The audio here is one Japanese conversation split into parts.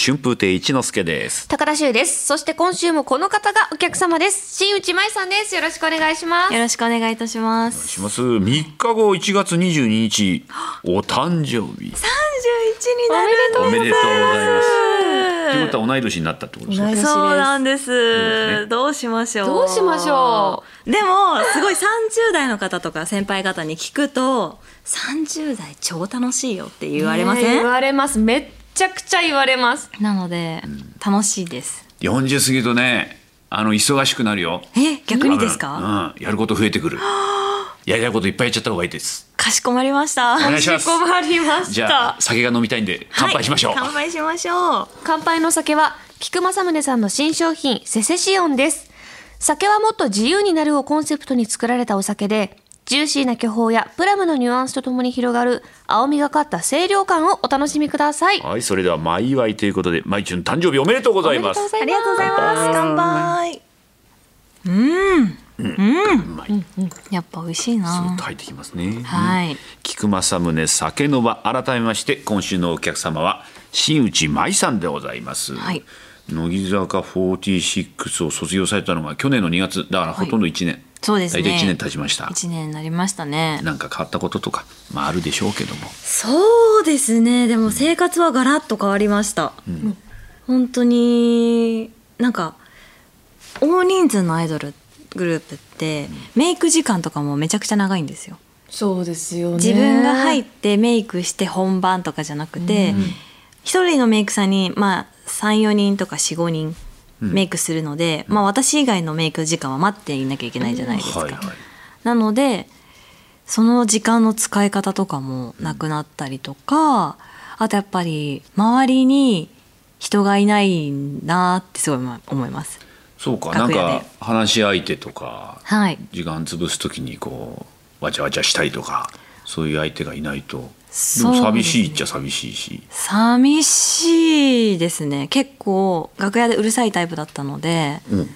春風亭一之輔です。高田修です。そして今週もこの方がお客様です。新内舞さんです。よろしくお願いします。よろしくお願いいたします。します。3日後1月22日、お誕生日。 31おめでとうございます。というにことは同い年になったってことですね。ます。そうなんですですねどうしましょう。どうしましょう。でもすごい30代の方とか先輩方に聞くと30代超楽しいよって言われませねん。言われます。めっちゃくちゃ言われます。なので楽しいです。 40過ぎるとね、あの忙しくなるよ。え逆にです多か？分うん、やること増えてくる。やりたいこといっぱいやっちゃった方がいいです。かしこまりました。お願いします。困りましじゃたあ。酒が飲みたいんで乾杯しましょう。はい乾杯しましょう。乾杯の酒は菊正宗さんの新商品セセシオンです酒はもっと自由になるをコンセプトに作られたお酒でジューシーな巨峰やプラムのニュアンスとともに広がる青みがかった清涼感をお楽しみくださいはい、それでは前祝いということで、まいちゅん誕生日おめでとうございます。あありがとうございます。乾杯。うん。うん。やっぱ美味しいずなっと。入ってきますね。はいうん菊正宗酒の場改めまして今週のお客様は新内舞さんでございます。はい乃木坂46を卒業されたのが去年の2月だからほとんど1年、そうですね。大体1年経ちました一年になりましたね。なんか変わったこととか、まあ、あるでしょうけどもそうですねでも生活はガラッと変わりました、本当になんか大人数のアイドルグループってメイク時間とかもめちゃくちゃ長いんですよそうですよね自分が入ってメイクして本番とかじゃなくて一、人のメイクさんにまあ34人とか45人メイクするので、まあ私以外のメイク時間は待っていなきゃいけないじゃないですか、はいはいなのでその時間の使い方とかもなくなったりとか、あとやっぱり周りに人がいないなってすごいま思います。そうかなん楽屋でか話し相手とかはい、時間潰す時にこうわちゃわちゃしたりとかそういう相手がいないとでそもうですね寂しいっちゃ寂しいし。寂しいですね結構楽屋でうるさいタイプだったのでうん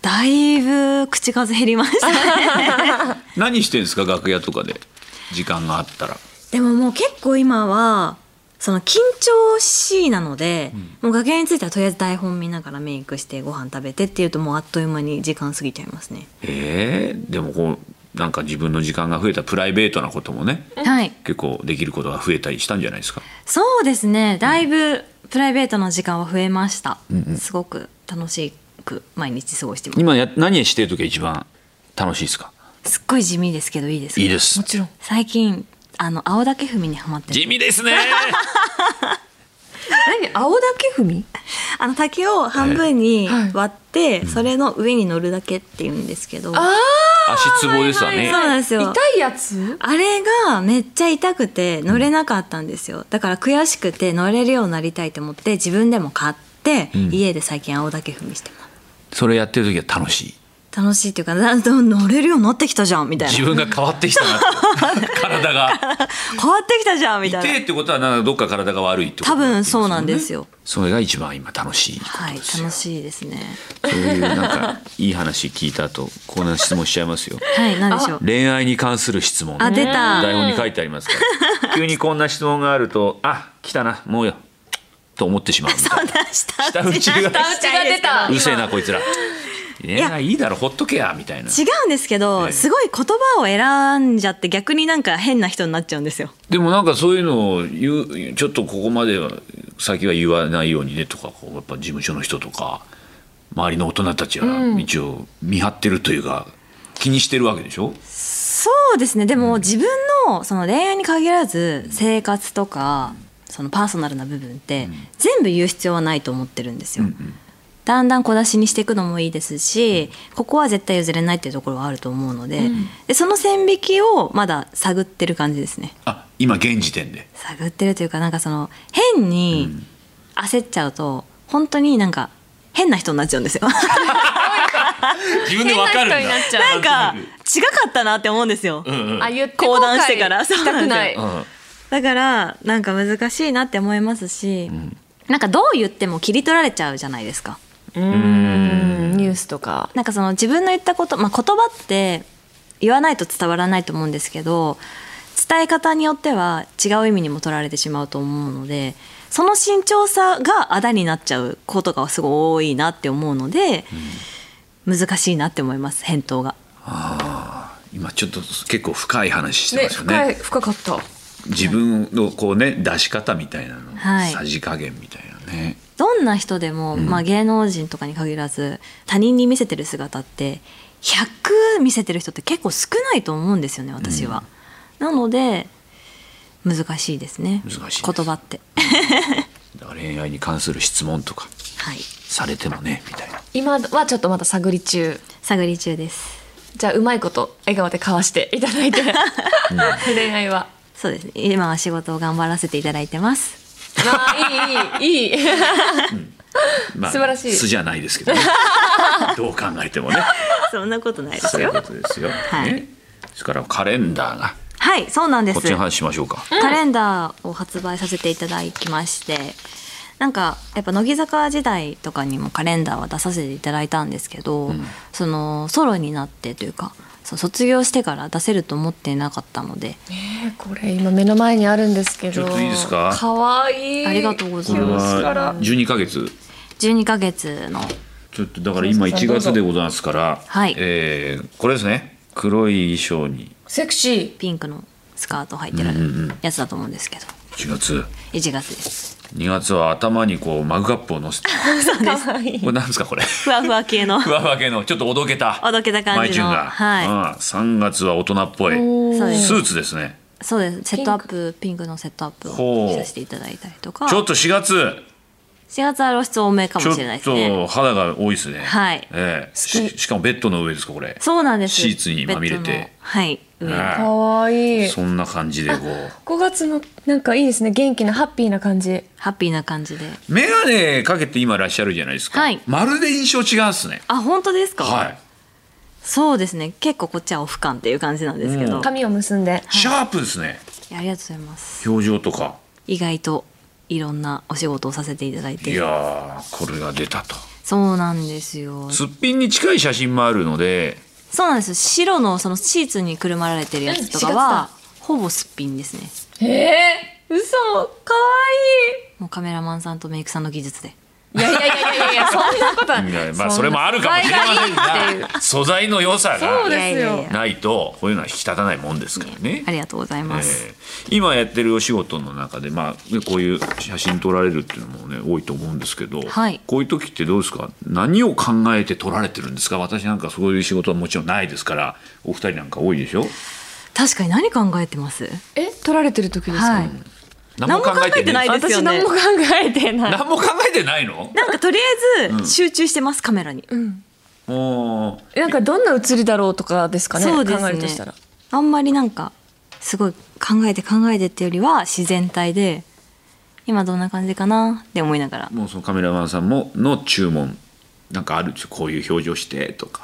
だいぶ口数減りましたね何してんですか楽屋とかで時間があったらでももう結構今はその緊張しいなので、もう楽屋についてはとりあえず台本見ながらメイクしてご飯食べてっていうともうあっという間に時間過ぎちゃいますねえー、でもこうなんか自分の時間が増えたプライベートなこともねはい結構できることが増えたりしたんじゃないですかそうですねだいぶプライベートの時間は増えました、すごく楽しく毎日過ごしてます今や何してる時が一番楽しいですかすっごい地味ですけどいいですかいいですちろん最近あの青竹踏みにハマってる地味 ですね何青竹踏みあの竹を半分に割って、それの上に乗るだけっていうんですけど、足つぼですわそうねなんですよいやつあれがめっちゃ痛くて乗れなかったんですよだから悔しくて乗れるようになりたいと思って自分でも買って、ん家で最近青竹踏みしてますそれやってる時は楽しい楽しいっていうかな乗れるようになってきたじゃんみたいな自分が変わってきた な体が変わってきたじゃんみた痛いないってことはなんかどっか体が悪いってこと多分そうなんですよそれが一番今楽しいことはいですよ、楽しいですねそういうなんかいい話聞いた後こんな質問しちゃいますよはい何でしょう恋愛に関する質問あ出た台本に書いてありますから急にこんな質問があるとあ来たなもうよと思ってしまうみたいな下打ちが下打ちが出たうるせえなこいつら恋愛いいだろほっとけやみたいな違うんですえけえどすごい言葉を選んじゃって逆になんか変な人になっちゃうんですよでもなんかそういうのを言うちょっとここまでは先は言わないようにねとかこうやっぱ事務所の人とか周りの大人たちは一応見張ってるというか、気にしてるわけでしょそうですねでも自分のその恋愛に限らず生活とかそのパーソナルな部分って全部言う必要はないと思ってるんですよ。だんだん小出しにしていくのもいいですしここは絶対譲れないっていうところはあると思うので,、でその線引きをまだ探ってる感じですね。あ今現時点で探ってるというかなんかその変に焦っちゃうと本当になんか変な人になっちゃうんです よ。自分でわかるんだ変な人になっちゃうなんかんと違かったなって思うんですよ。うんうんあ言って講談してから後悔したくないそうんだからなんか難しいなって思いますし、なんかどう言っても切り取られちゃうじゃないですか。うんニュースとかなんかその自分の言ったこと、まあ、言葉って言わないと伝わらないと思うんですけど伝え方によっては違う意味にも取られてしまうと思うのでその慎重さがあだになっちゃうことがすごい多いなって思うので、難しいなって思います返答が。今ちょっと結構深い話してねますよね深い深かった自分のこうね出し方みたいなの、はいさじ加減みたいなねどんな人でも、まあ、芸能人とかに限らず他人に見せてる姿って100見せてる人って結構少ないと思うんですよね私は、なので難しいですね難しいです言葉ってだから恋愛に関する質問とかはいされてもねみたいな今はちょっとまだ探り中探り中ですじゃあうまいこと笑顔でかわしていただいて恋愛はそうですね今は仕事を頑張らせていただいてますまあいいいいいいまあ素晴らしい素じゃないですけどねどう考えてもねそんなことないでそすういうよことですよ、はいね、ですからカレンダーがはいそうなんでこっすちの話しましょうかカレンダーを発売させていただきましてなんかやっぱ乃木坂時代とかにもカレンダーは出させていただいたんですけど、そのソロになってというかそう卒業してから出せると思ってなかったので ねえこれ今目の前にあるんですけどちょっといいですかかわいいありがとうございこれま表す紙かはら12ヶ月12ヶ月のちょっとだから今1月でございますから、はいえーこれですね黒い衣装にセクシーピンクのスカート履いてるやつだと思うんですけど1月1月です2月は頭にこうマグカップを乗せてかわいいこれなんですかこれふわふわ系 のふわふわ系のちょっとおどけたおどけた感じのマイチュンが、はいうん、3月は大人っぽいそうですスーツですねそうですセットアップピンクのセットアップをほうさせていただいたりとかちょ4っと4月月は露出多めかちもょしれないっですねと肌が多いですねはいええきししかもベッドの上ですかこれそうなんですシーツにまみれてベッドのはい上ねかわいいそんな感じでこう5月のなんかいいですね元気なハッピーな感じハッピーな感じで。メガネかけて今いらっしゃるじゃないですか、はいまるで印象違うんですねあ、本当ですか。はいそうですね。結構こっちはオフ感っていう感じなんですけうど。んい髪を結んでシャープですねやありがとうございます。表情とか意外といろんなお仕事をさせていただいいて。やーこれが出たとそうなんですよ。すっぴんに近い写真もあるのでそうなんです。白のそのシーツにくるまられてるやつとかは、ほぼすっぴんですね。ええ嘘かわもうカメラマンさんとメイクさんの技術で。いいいやいやいやいやいや そんなことはいやまあそれもあるかもしれませんいいってが素材の良さそがうですよいやいやいやないとこういうのは引き立たないもんですからねあ。りがとうございえます。ー今やってるお仕事の中で、まあね、こういう写真撮られるっていうのもね多いと思うんですけど、はいこういう時ってどうですか何を考えて撮られてるんですか私なんかそういう仕事はもちろんないですからお二人なんか多いでしょ確かに何考えてますえ取られてる時ですか、はい。何も考えてない何も考えてないです私よね何も考えてない何も考えてないのなんかとりあえず集中してます、カメラに。もなんかどんな写りだろうとかですかねそうです考えるとねしたらあんまりなんかすごい考えて考えてってよりは自然体で今どんな感じかなって思いながらうもうそのカメラマンさんもの注文なんかあるんですよこういう表情してとか。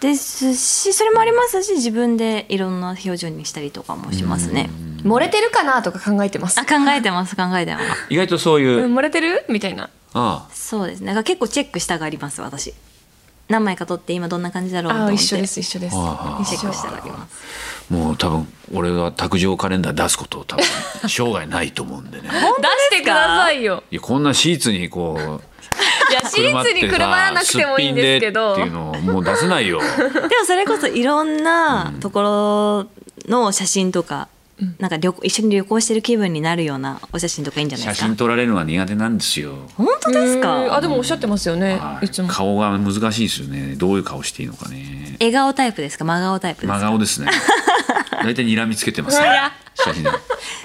ですしそれもありますし自分でいろんな表情にしたりとかもしますね漏れてるかなとか考えてますあ考えてます考えてます意外とそういう、うん漏れてるみたいなああそうですねだから結構チェックしたがります私何枚か撮って今どんな感じだろうと思あって一緒です一緒ですああ一チェッ緒クしたがりますもう多分俺が卓上カレンダー出すことを多分 生涯ないと思うんでね出してくださいよいやこんなシーツにこういや シーツにくるまらなくてもいいんですけどすっぴんでっていうのをもう出せ ないよでもそれこそいろんなところの写真とか、なんか旅行一緒に旅行してる気分になるようなお写真とかいいんじゃないで写すか真撮られるのは苦手なんですよ本当ですうんかあでもおっしゃってますよねはいいつも顔が難しいですよねどういう顔していいのかね笑顔タイプですか真顔タイプです真か顔です ね大体睨みつけてますねあら写真で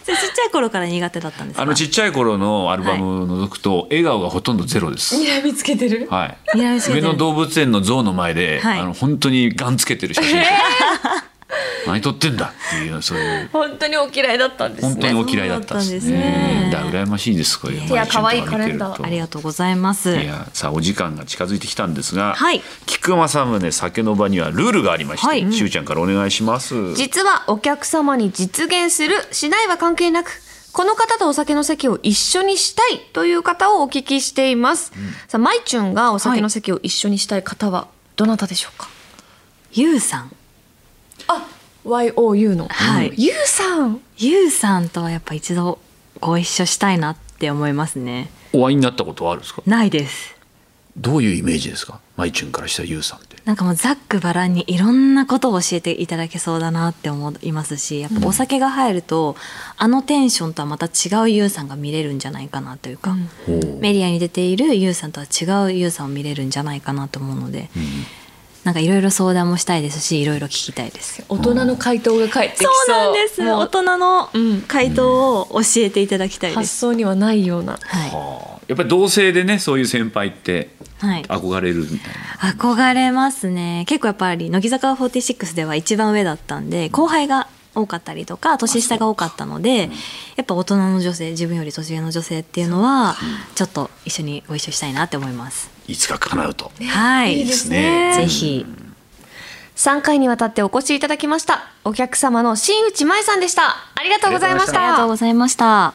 それちっちゃい頃から苦手だったんですかあのちっちゃい頃のアルバムを除くと笑顔がほとんどゼロです睨みつけてるはい睨みつけて上る野動物園の象の前で、はいあの本当にガンつけてる写真、何撮ってんだっていうそういう 本当にお嫌いだったんです本当にお嫌いだったんですねそうだったんですねだから羨ましいですこういういや可愛い毎日のとこ見てるとカレンダーありがとうございますいやさあお時間が近づいてきたんですが、はい菊正宗酒の場にはルールがありまして、はいうんしゅうちゃんからお願いします実はお客様に実現するしないは関係なくこの方とお酒の席を一緒にしたいという方をお聞きしています、さあまいちゅんがお酒の席を一緒にしたい方はどなたでしょうか、ゆうさんあ YOU の、はいゆうさんゆうさんとはやっぱ一度ご一緒したいなっって思いますねお会いになったことはあるんですかないですどういうイメージですかマイチュンからしたらユウさんってなんかもうざっくばらんにいろんなことを教えていただけそうだなって思いますしやっぱお酒が入ると、あのテンションとはまた違うユウさんが見れるんじゃないかなというか、ほうメディアに出ているユウさんとは違うユウさんを見れるんじゃないかなと思うので、なんかいろいろ相談もしたいですしいろいろ聞きたいです大人の回答が返ってきそそううなんですも大う人のうん回答を教えていただきたいで発す、想にはないようなはいあーやっぱり同性でねそういう先輩ってはい、憧れるみたいな憧れますね結構やっぱり乃木坂46では一番上だったんで後輩が多かったりとか年下が多かったので、やっぱ大人の女性自分より年上の女性っていうのはちょっと一緒にご一緒したいなって思います、いつか叶うとはいいいですねぜひ3回にわたってお越しいただきましたお客様の新内舞さんでしたありがとうございましありがとうたございました